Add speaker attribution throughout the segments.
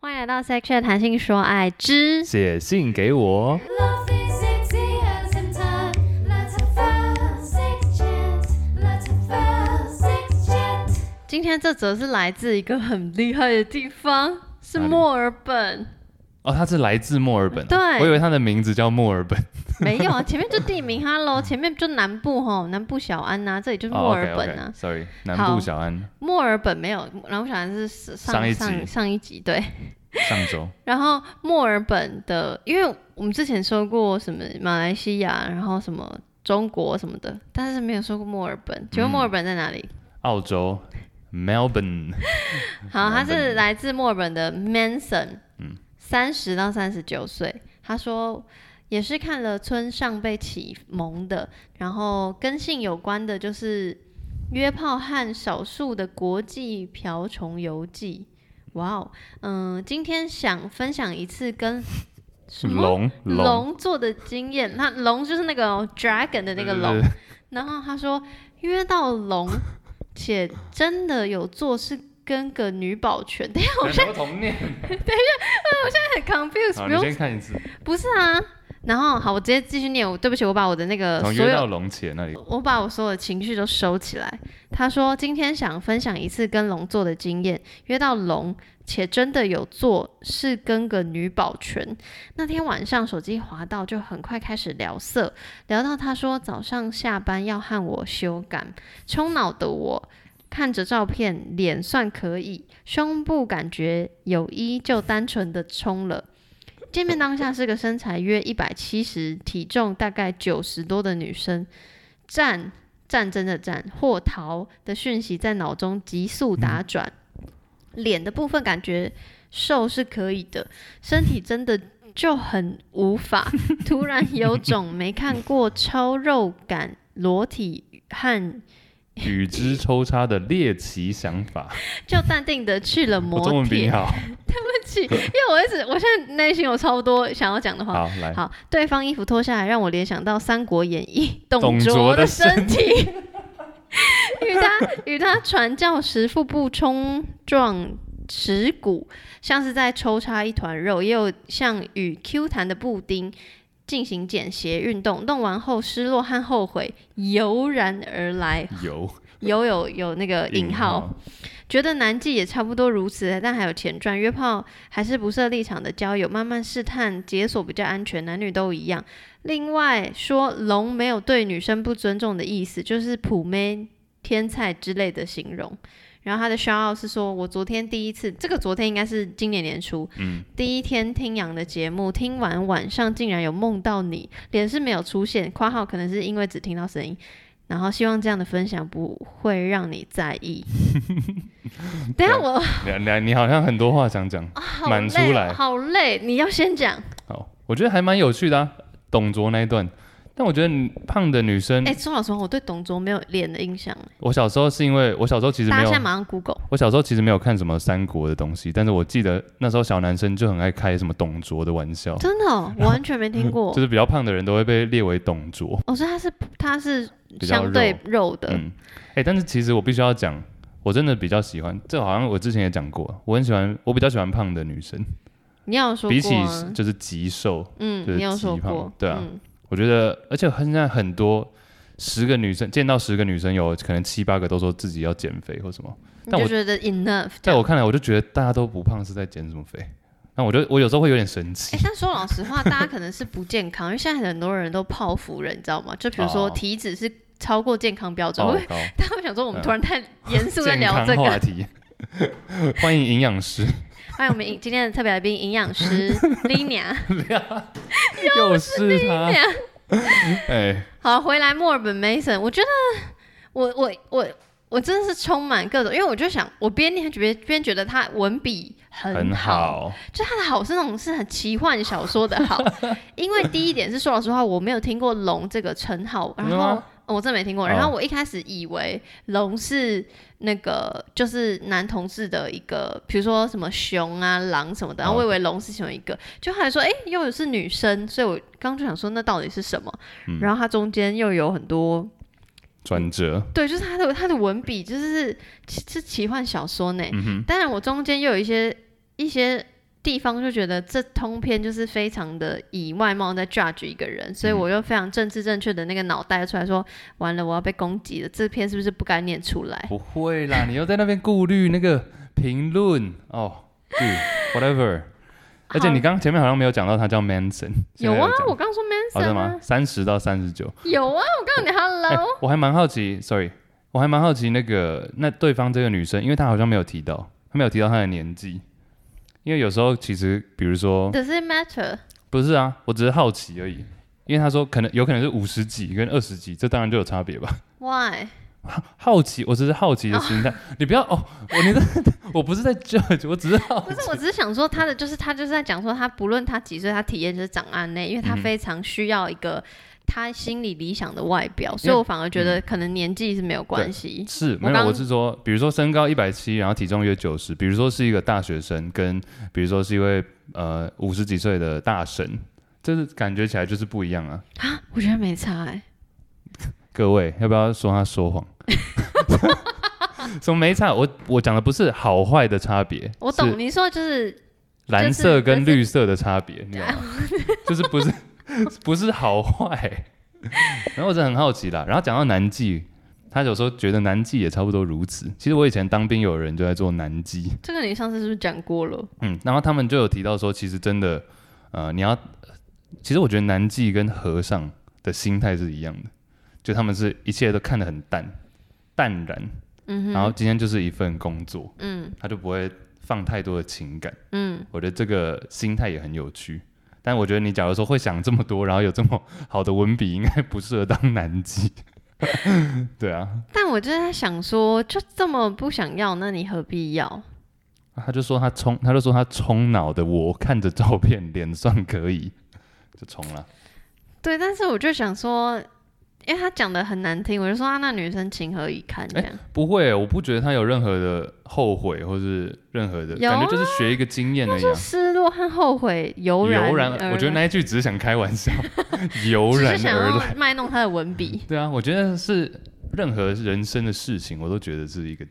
Speaker 1: 欢迎来到 Section 谈性说爱之，
Speaker 2: 写信给我。
Speaker 3: Love is sexy and sometimes let's have fun, six chant, let's have fun, six chant.
Speaker 1: 今天这则是来自一个很厉害的地方，是
Speaker 2: 哪里
Speaker 1: 墨尔本。
Speaker 2: 哦，他是来自墨尔本、啊
Speaker 1: 对
Speaker 2: 我以为他的名字叫墨尔本。
Speaker 1: 没有啊， 前面就地名
Speaker 2: 嗯
Speaker 1: Hello，前面就南部吼，南部小安呐、这里
Speaker 2: 哦
Speaker 1: 就是墨尔本啊。
Speaker 2: s o r r y 南
Speaker 1: 好
Speaker 2: 部小安，
Speaker 1: 墨尔本没有，南部小安是上
Speaker 2: 上一集
Speaker 1: 上上一集对。
Speaker 2: 上周
Speaker 1: 然后墨尔本的，因为我们之前说过什么马来西亚，然后什么中国什么的，但是没有说过墨尔本。
Speaker 2: 嗯
Speaker 1: 请问墨尔本在哪里？
Speaker 2: 澳洲 Melbourne
Speaker 1: 好，他
Speaker 2: 墨尔
Speaker 1: 是
Speaker 2: 本
Speaker 1: 来自墨尔本的 Manson，
Speaker 2: 嗯
Speaker 1: 三十到三十九岁。他说也是看了村上被启蒙的，然后跟性有关的就是约炮和少数的国际瓢虫游记。哇哦，嗯，今天想分享一次跟什么
Speaker 2: 龙
Speaker 1: 龙做的经验。那龙就是那个哦 dragon 的那个龙
Speaker 2: 对对，对
Speaker 1: 然后他说约到龙，且真的有做是跟个女保全， 等一下
Speaker 2: 我们 同念。
Speaker 1: 很 confused，
Speaker 2: 好，
Speaker 1: 不
Speaker 2: 你
Speaker 1: 用
Speaker 2: 先看一次，
Speaker 1: 不是啊。然后好，我直接继续念。我对不起，我把我的那个
Speaker 2: 从
Speaker 1: 呃所
Speaker 2: 约
Speaker 1: 有
Speaker 2: 到龙姐那里。
Speaker 1: 我把我所有的情绪都收起来。他说今天想分享一次跟龙做的经验，约到龙，且真的有做，是跟个女保全。那天晚上手机滑到，就很快开始聊色，聊到他说早上下班要和我修改，冲脑的我。看着照片，脸算可以，胸部感觉有一就单纯的冲了。见面当下是个身材约一百七十、体重大概九十多的女生，战战争的战或逃的讯息在脑中急速
Speaker 2: 嗯
Speaker 1: 打转。脸的部分感觉瘦是可以的，身体真的就很无法。突然有 种没看过超肉感、裸体和
Speaker 2: 与之抽插的猎奇 想法，
Speaker 1: 就淡定的去了
Speaker 2: 我中
Speaker 1: 磨
Speaker 2: 文比你
Speaker 1: 铁。
Speaker 2: 好。
Speaker 1: 对不起， 因为我一直我现在内心有超多想要讲的话，
Speaker 2: 好，来，
Speaker 1: 好，对方衣服脱下来，让我联想到《三国演 义》
Speaker 2: 董
Speaker 1: 卓
Speaker 2: 卓的
Speaker 1: 身
Speaker 2: 身
Speaker 1: 体， 与他与他传教时腹部冲撞耻骨，像是在抽插一团肉，也有像与 Q 弹的布丁。进行减斜运动，弄完后失落和后悔油然而来，
Speaker 2: 有
Speaker 1: 有有有那个引号，觉得南纪也差不多如此，但还有钱赚。约炮还是不设立场的交友，慢慢试探解锁比较安全，男女都一样。另外说龙没有对女生不尊重的意思，就是普妹、天菜之类的形容。然后他的 shout out 是说，我昨天第一次，这个昨天应该是今年年初，
Speaker 2: 嗯，
Speaker 1: 第一天听杨的节目，听完晚上竟然有梦到你，脸是没有出现（括号可能是因为只听到声音），然后希望这样的分享不会让你在意。等一下我
Speaker 2: 你你你好像很多话想讲。
Speaker 1: 好
Speaker 2: 满出
Speaker 1: 累，
Speaker 2: 来
Speaker 1: 好累，你要先讲。
Speaker 2: 好，我觉得还蛮有趣的啊，董卓那一段。但我觉得胖的女生，
Speaker 1: 哎、说老实话，我对董卓没有脸的印象，
Speaker 2: 我小时候是因为我小时候其实
Speaker 1: 大家
Speaker 2: 没有
Speaker 1: 现在马上 Google。
Speaker 2: 我小时候其实没有看什么三国的东西，但是我记得那时候小男生就很爱开什么董卓的玩笑，
Speaker 1: 真的、哦，我完全没听过
Speaker 2: 嗯就。是比较胖的人都会被列为董卓。
Speaker 1: 我说他是他是
Speaker 2: 比较
Speaker 1: 相对肉的，
Speaker 2: 嗯，哎、但是其实我必须要讲，我真的比较喜欢，这好像我之前也讲过，我很喜欢，我比较喜欢胖的女生，
Speaker 1: 你有说
Speaker 2: 比起
Speaker 1: 过、啊？
Speaker 2: 就是极瘦，
Speaker 1: 嗯
Speaker 2: 就，是
Speaker 1: 你有说
Speaker 2: 极胖
Speaker 1: 过，
Speaker 2: 对啊
Speaker 1: 嗯
Speaker 2: 我觉得，而且现在很多十个女生见到十个女生，有可能七八个都说自己要减肥或什么，
Speaker 1: 你
Speaker 2: 但
Speaker 1: 就
Speaker 2: 我
Speaker 1: 觉得 enough 这
Speaker 2: 在
Speaker 1: 样。
Speaker 2: 我看来，我就觉得大家都不胖是在减什么肥，那我就我有时候会有点生气
Speaker 1: 哎、。但说老实话，大家可能是不健康，因为现在很多人都泡芙人，你知道吗？就比如说
Speaker 2: 哦
Speaker 1: 体脂是超过健康标准，
Speaker 2: 糟
Speaker 1: 会
Speaker 2: 糕
Speaker 1: 大家会想说我们
Speaker 2: 嗯
Speaker 1: 突然太严肃在
Speaker 2: 健
Speaker 1: 聊
Speaker 2: 康
Speaker 1: 这个。
Speaker 2: 话题。欢迎营养师，
Speaker 1: 欢迎我们营今天的特别来宾营养 师 Lina。
Speaker 2: 又是他。哎，
Speaker 1: 好，回来墨尔本 Mason，我觉得我我我我真的是充满各种，因为我就想，我边念觉边觉得他文笔
Speaker 2: 很
Speaker 1: 好
Speaker 2: 好，
Speaker 1: 就他的好是那种是很奇幻小说的 好，因为第一点是说老实话，我没有听过龙这个称号，然
Speaker 2: 没有
Speaker 1: 后、
Speaker 2: 吗
Speaker 1: 哦我真的没听过，
Speaker 2: 哦
Speaker 1: 然后我一开始以为龙是那个就是男同志的一个，比如说什么熊啊、狼什么的，然后
Speaker 2: 哦
Speaker 1: 我以为龙是其中一个，就后来说哎、又有是女生，所以我刚就想说那到底是什么，
Speaker 2: 嗯
Speaker 1: 然后它中间又有很多，
Speaker 2: 转折，
Speaker 1: 对，就是它的它的文笔就是是是奇幻小说呢，
Speaker 2: 嗯哼，
Speaker 1: 当然，我中间又有一些一些地方就觉得这通篇就是非常的以外貌在 judge 一个人，所以
Speaker 2: 嗯
Speaker 1: 我又非常政治正确的那个脑袋出来说，完了我要被攻击了，这篇是不是不该念出来？
Speaker 2: 不会啦，你又在那边顾虑那个评论哦，dude,，whatever。而且你刚刚前面好像没有讲到他叫 Manson，
Speaker 1: 有
Speaker 2: 现在
Speaker 1: 啊，
Speaker 2: 讲
Speaker 1: 我刚说
Speaker 2: 哦真的
Speaker 1: Manson
Speaker 2: 吗哎
Speaker 1: 啊？，
Speaker 2: 三十到三十九，
Speaker 1: 有啊，我告诉 你 Hello，
Speaker 2: 我还蛮好奇，sorry，我还蛮好奇那个那对方这个女生，因为她好像没有提到，她没有提到她的年纪，因为有时候其实比如说
Speaker 1: does it matter？
Speaker 2: 不是啊，我只是好奇而已，因为她说可能有可能是五十几跟二十几，这当然就有差别吧。
Speaker 1: Why？
Speaker 2: 好奇，我只是好奇的心
Speaker 1: 啊
Speaker 2: 态，你不要哦，我你的我不是在 judge，我只是好
Speaker 1: 不是，我只是想说他的就是他就是在讲说他不论他几岁，他体验就是长按内，因为他
Speaker 2: 嗯
Speaker 1: 非常需要一个他心里理想的外表，
Speaker 2: 因
Speaker 1: 所
Speaker 2: 为
Speaker 1: 以我反而觉
Speaker 2: 嗯
Speaker 1: 得可能年纪是没有关系。
Speaker 2: 是
Speaker 1: 我
Speaker 2: 没有，
Speaker 1: 刚
Speaker 2: 我是说，比如说身高一百七，然后体重约九十，比如说是一个大学生，跟比如说是一位呃五十几岁的大神，就是感觉起来就是不一样啊。
Speaker 1: 我觉得没差哎、
Speaker 2: 各位要不要说他 说谎？ 什么没差？我我讲的不是好坏的差别，
Speaker 1: 我
Speaker 2: 是
Speaker 1: 懂你说就是
Speaker 2: 蓝
Speaker 1: 就是
Speaker 2: 色跟
Speaker 1: 就是
Speaker 2: 绿色的差别，你懂吗？
Speaker 1: 啊
Speaker 2: 就是不是 不是好坏。然后我真的很好奇啦。然后讲到男妓，他有时候觉得男妓也差不多如此。其实我以前当兵有人就在做男妓，
Speaker 1: 这个，你上次是不是讲过了？
Speaker 2: 嗯，然后他们就有提到说，其实真的，呃，你要，其实我觉得男妓跟和尚的心态是一样的，就他们是一切都看得很淡淡然，
Speaker 1: 嗯哼，
Speaker 2: 然后今天就是一份工作，
Speaker 1: 嗯
Speaker 2: 他就不会放太多的情感。
Speaker 1: 嗯，
Speaker 2: 我觉得这个心态也很有趣。但我觉得你假如说会想这么多，然后有这么好的文笔，应该不适合当男妓。 对啊，
Speaker 1: 但我就在想说，就这么不想要，那你何必要？
Speaker 2: 他就说他冲，他就说他冲脑的我，看着照片脸算可以，就冲了。
Speaker 1: 对，但是我就想说，因为他讲的很难听，我就说啊，那女生情何以堪这
Speaker 2: 哎
Speaker 1: 样。
Speaker 2: 不会，我不觉得他有任何的后悔，或是任何的、
Speaker 1: 有啊
Speaker 2: 感觉，就是学一个经验而已、
Speaker 1: 就
Speaker 2: 啊。
Speaker 1: 失落和后悔油然
Speaker 2: 油然
Speaker 1: 而，来
Speaker 2: 啊我觉得那一句只是想开玩 笑，油
Speaker 1: 只
Speaker 2: 然
Speaker 1: 是想
Speaker 2: 而
Speaker 1: 要
Speaker 2: 来。
Speaker 1: 卖弄他的文笔。
Speaker 2: 对啊，我觉得是任何人生的事情，我都觉得是一个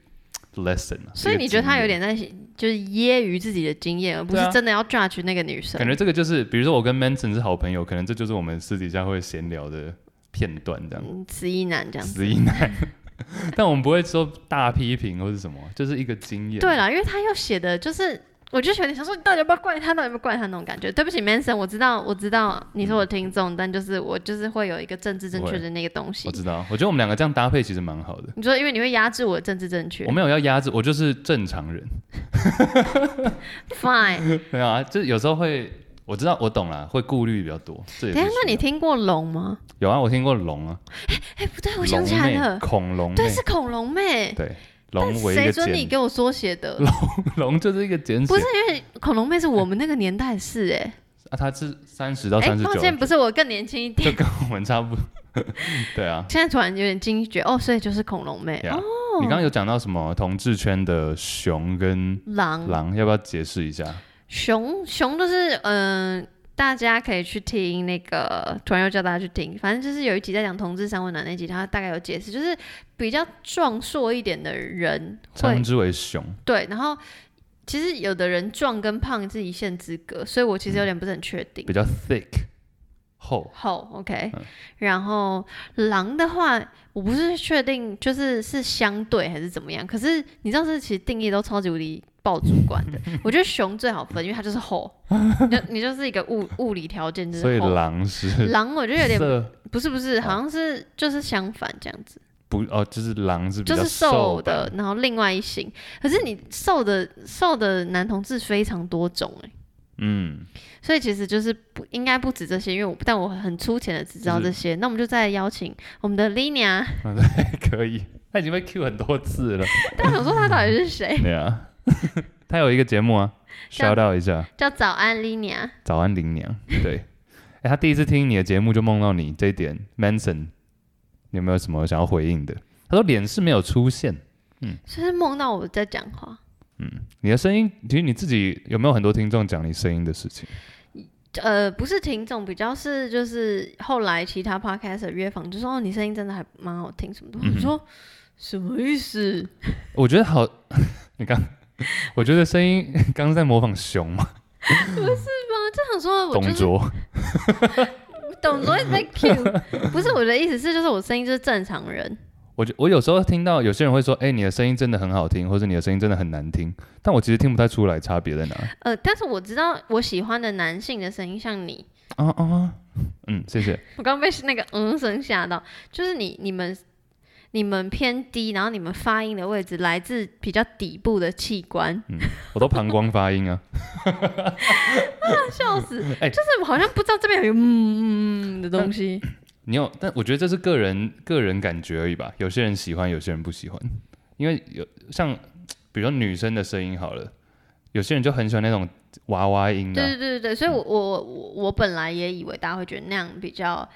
Speaker 2: lesson 啊。
Speaker 1: 所以
Speaker 2: 是一个
Speaker 1: 你觉得他
Speaker 2: 经验
Speaker 1: 有点在就是揶揄自己的经验，而不
Speaker 2: 对啊
Speaker 1: 是真的要 judge 那个女生。
Speaker 2: 感觉这个就是，比如说我跟 Manson 是好朋友，可能这就是我们私底下会闲聊的片段，这样
Speaker 1: 嗯，词一男这样子。
Speaker 2: 死一男。 但我们不会说大批评或是什么，就是一个经验。
Speaker 1: 对，啦，因为他又写的就是，我就有点想说，你到底要不要怪他，到底要不要怪他那种感觉。对不起，Manson，我知道，我知道你是我的听众，但就是我就是会有一个政治正确的那个东西
Speaker 2: 嗯我。知道。我觉得我们两个这样搭配其实蛮好的。
Speaker 1: 你说，因为你会压制我的政治正确
Speaker 2: 我没有要压制，我就是正常人。
Speaker 1: ，fine。
Speaker 2: 没有啊，就是有时候会，我知道我懂啦，会顾虑比较多。这也
Speaker 1: 等
Speaker 2: 是
Speaker 1: 一下，
Speaker 2: 需
Speaker 1: 那你
Speaker 2: 要
Speaker 1: 听过龙吗？
Speaker 2: 有啊？我听过龙啊，
Speaker 1: 哎，不对，我
Speaker 2: 龙
Speaker 1: 想起来
Speaker 2: 妹
Speaker 1: 了，
Speaker 2: 恐龙妹
Speaker 1: 对，，是恐龙妹。
Speaker 2: 对，
Speaker 1: 但
Speaker 2: 龙为一
Speaker 1: 谁
Speaker 2: 个
Speaker 1: 准你
Speaker 2: 简，
Speaker 1: 给我缩写的？
Speaker 2: 龙就是一个简写。
Speaker 1: 不是因为恐龙妹是我们那个年代的事哎、
Speaker 2: 啊，它是三十到
Speaker 1: 哎、
Speaker 2: 三十
Speaker 1: 抱
Speaker 2: 九，
Speaker 1: 歉，不是我更年轻一
Speaker 2: 就
Speaker 1: 点，
Speaker 2: 跟我们差不多。 对啊，
Speaker 1: 现在突然有点惊觉哦，所以就是恐龙妹
Speaker 2: Yeah 你刚刚有讲到什么同志圈的熊跟
Speaker 1: 狼
Speaker 2: 狼，要不要解释一下？
Speaker 1: 熊熊就是嗯、大家可以去听那个，突然又叫大家去听，反正就是有一集在讲同志三温暖那集，他大概有解释，就是比较壮硕一点的人会
Speaker 2: 称之为熊，
Speaker 1: 对，然后其实有的人壮跟胖是一线之隔，所以我其实有点不是很确定。
Speaker 2: 比较 thick 厚，
Speaker 1: 后 OK，、然
Speaker 2: 嗯
Speaker 1: 后狼的话，我不是确定，就是是相对还是怎么样。可是你知道，这其实定义都超级无敌爆主观 的。我觉得熊最好分，因为它就是后，你就你就是一个物物理条件就
Speaker 2: 所以
Speaker 1: 是后。
Speaker 2: 狼是
Speaker 1: 狼我觉得有点
Speaker 2: 色
Speaker 1: 不是不是，
Speaker 2: 哦
Speaker 1: 好像是就是相反这样子，
Speaker 2: 不哦，就是狼是比
Speaker 1: 就
Speaker 2: 较
Speaker 1: 是瘦
Speaker 2: 版
Speaker 1: 的，，然后另外一型。可是你瘦的瘦的男同志非常多种哎、
Speaker 2: 嗯，
Speaker 1: 所以其实就是不应该不止这些，因为我但我很粗浅的只知道
Speaker 2: 就是
Speaker 1: 这些。那我们就再邀请我们的 Lina，
Speaker 2: 可以。他已经被 Q 很多 次了，
Speaker 1: 但想说她到底是谁？
Speaker 2: 对啊， 他有一个节目 啊
Speaker 1: 叫
Speaker 2: ，shout out 一下，
Speaker 1: 叫早安 Lina，
Speaker 2: 早安林 娘，对。哎，他第一次听你的节目就梦到你这一点，Manson，你有没有什么想要回应的？他说脸是没有出现，
Speaker 1: 就是梦到我在讲话。
Speaker 2: 你的声音，其实你自己有没有很多听众讲你声音的事情？
Speaker 1: 呃，不是听众，比较是就是后来其他 podcast 的约访就说哦，你声音真的还蛮好听什么的。
Speaker 2: 嗯哼
Speaker 1: 我说什么意思？
Speaker 2: 我觉得好，你刚，我觉得声音刚刚是在模仿熊嘛，
Speaker 1: 就想说，我
Speaker 2: 董
Speaker 1: 就是
Speaker 2: 卓，
Speaker 1: 董卓一直在 Q，不是我的意思是，就是我声音就是正常人，
Speaker 2: 我觉我有时候听到有些人会说，哎、你的声音真的很好听，或者你的声音真的很难听，但我其实听不太出来差别在哪。
Speaker 1: 呃，但是我知道我喜欢的男性的声音像你，
Speaker 2: 啊啊，嗯，谢谢。
Speaker 1: 我刚被那个嗯声吓到，就是你你们你们偏低，然后你们发音的位置来自比较底部的器官，
Speaker 2: 我都膀胱发音啊，
Speaker 1: 笑死！
Speaker 2: 哎
Speaker 1: 就是我好像不知道这边有一个嗯嗯嗯的东西，
Speaker 2: 你有，但我觉得这是个人个人感觉而已吧。有些人喜欢，有些人不喜欢，因为有像比如说女生的声音好了，有些人就很喜欢那种娃娃音
Speaker 1: 对
Speaker 2: 啊
Speaker 1: 对，对对对，所以我我我我本来也以为大家会觉得那样比较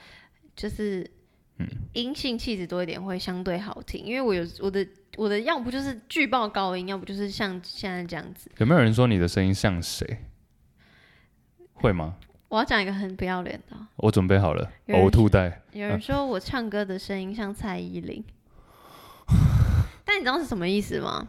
Speaker 1: 就是阴性气质多一点会相对好听，因为我有我的我的要不就是巨爆高音，要不就是像现在这样子。
Speaker 2: 有没有人说你的声音像谁？会吗？
Speaker 1: 我要讲一个很不要脸的哦，
Speaker 2: 我准备好了，
Speaker 1: 有人
Speaker 2: 呕吐袋。
Speaker 1: 有人说我唱歌的声音像蔡依 林，但你知道是什么意思吗？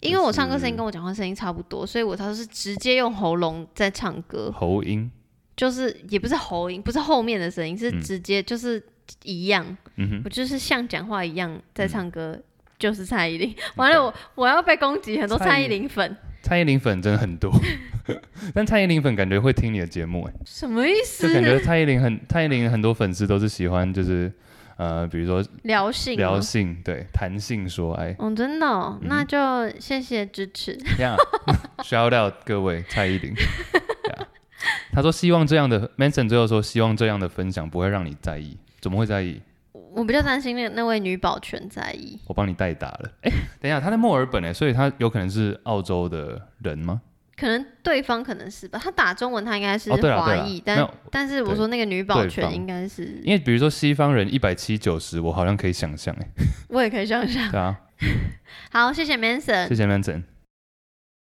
Speaker 1: 因为我唱歌声音跟我讲话声音差不多，所以我他是直接用喉咙在唱歌，
Speaker 2: 喉音，
Speaker 1: 就是也不是喉音，不是后面的声音，是直接就是一样。
Speaker 2: 嗯哼，
Speaker 1: 我就是像讲话一样在唱歌，就是蔡依林。完了，我我要被攻击，很多蔡依林粉，
Speaker 2: 蔡依林粉真的很多， 但蔡依林粉感觉会听你的节目、哎，
Speaker 1: 什么意
Speaker 2: 就感觉
Speaker 1: 思？
Speaker 2: 蔡依林很蔡依林很多粉丝都是喜欢就是呃，比如说
Speaker 1: 聊性吗
Speaker 2: 聊性，嗯对，谈性说爱
Speaker 1: 哦，真的哦、那就谢谢支持。
Speaker 2: 这样 ，shout out 各位蔡依林。Yeah 他说希望这样的 Manson 最后说希望这样的分享不会让你在意，怎么会在意？
Speaker 1: 我比较担心那那位女保全在意，
Speaker 2: 我帮你代打了。哎、等一下，他在墨尔本哎、所以他有可能是澳洲的人吗？
Speaker 1: 可能对方可能是吧，她打中文她应该是
Speaker 2: 哦对啦
Speaker 1: 华
Speaker 2: 对啦
Speaker 1: 裔，
Speaker 2: 没
Speaker 1: 但
Speaker 2: 有
Speaker 1: 但是我
Speaker 2: 对
Speaker 1: 说那个女保
Speaker 2: 对
Speaker 1: 全
Speaker 2: 方
Speaker 1: 应该是，
Speaker 2: 因为比如说西方人一百七九十，我好像可以想象哎、
Speaker 1: 我也可以想象。
Speaker 2: 对啊，
Speaker 1: 好，谢谢 Manson 呃
Speaker 2: 谢。谢 Manson。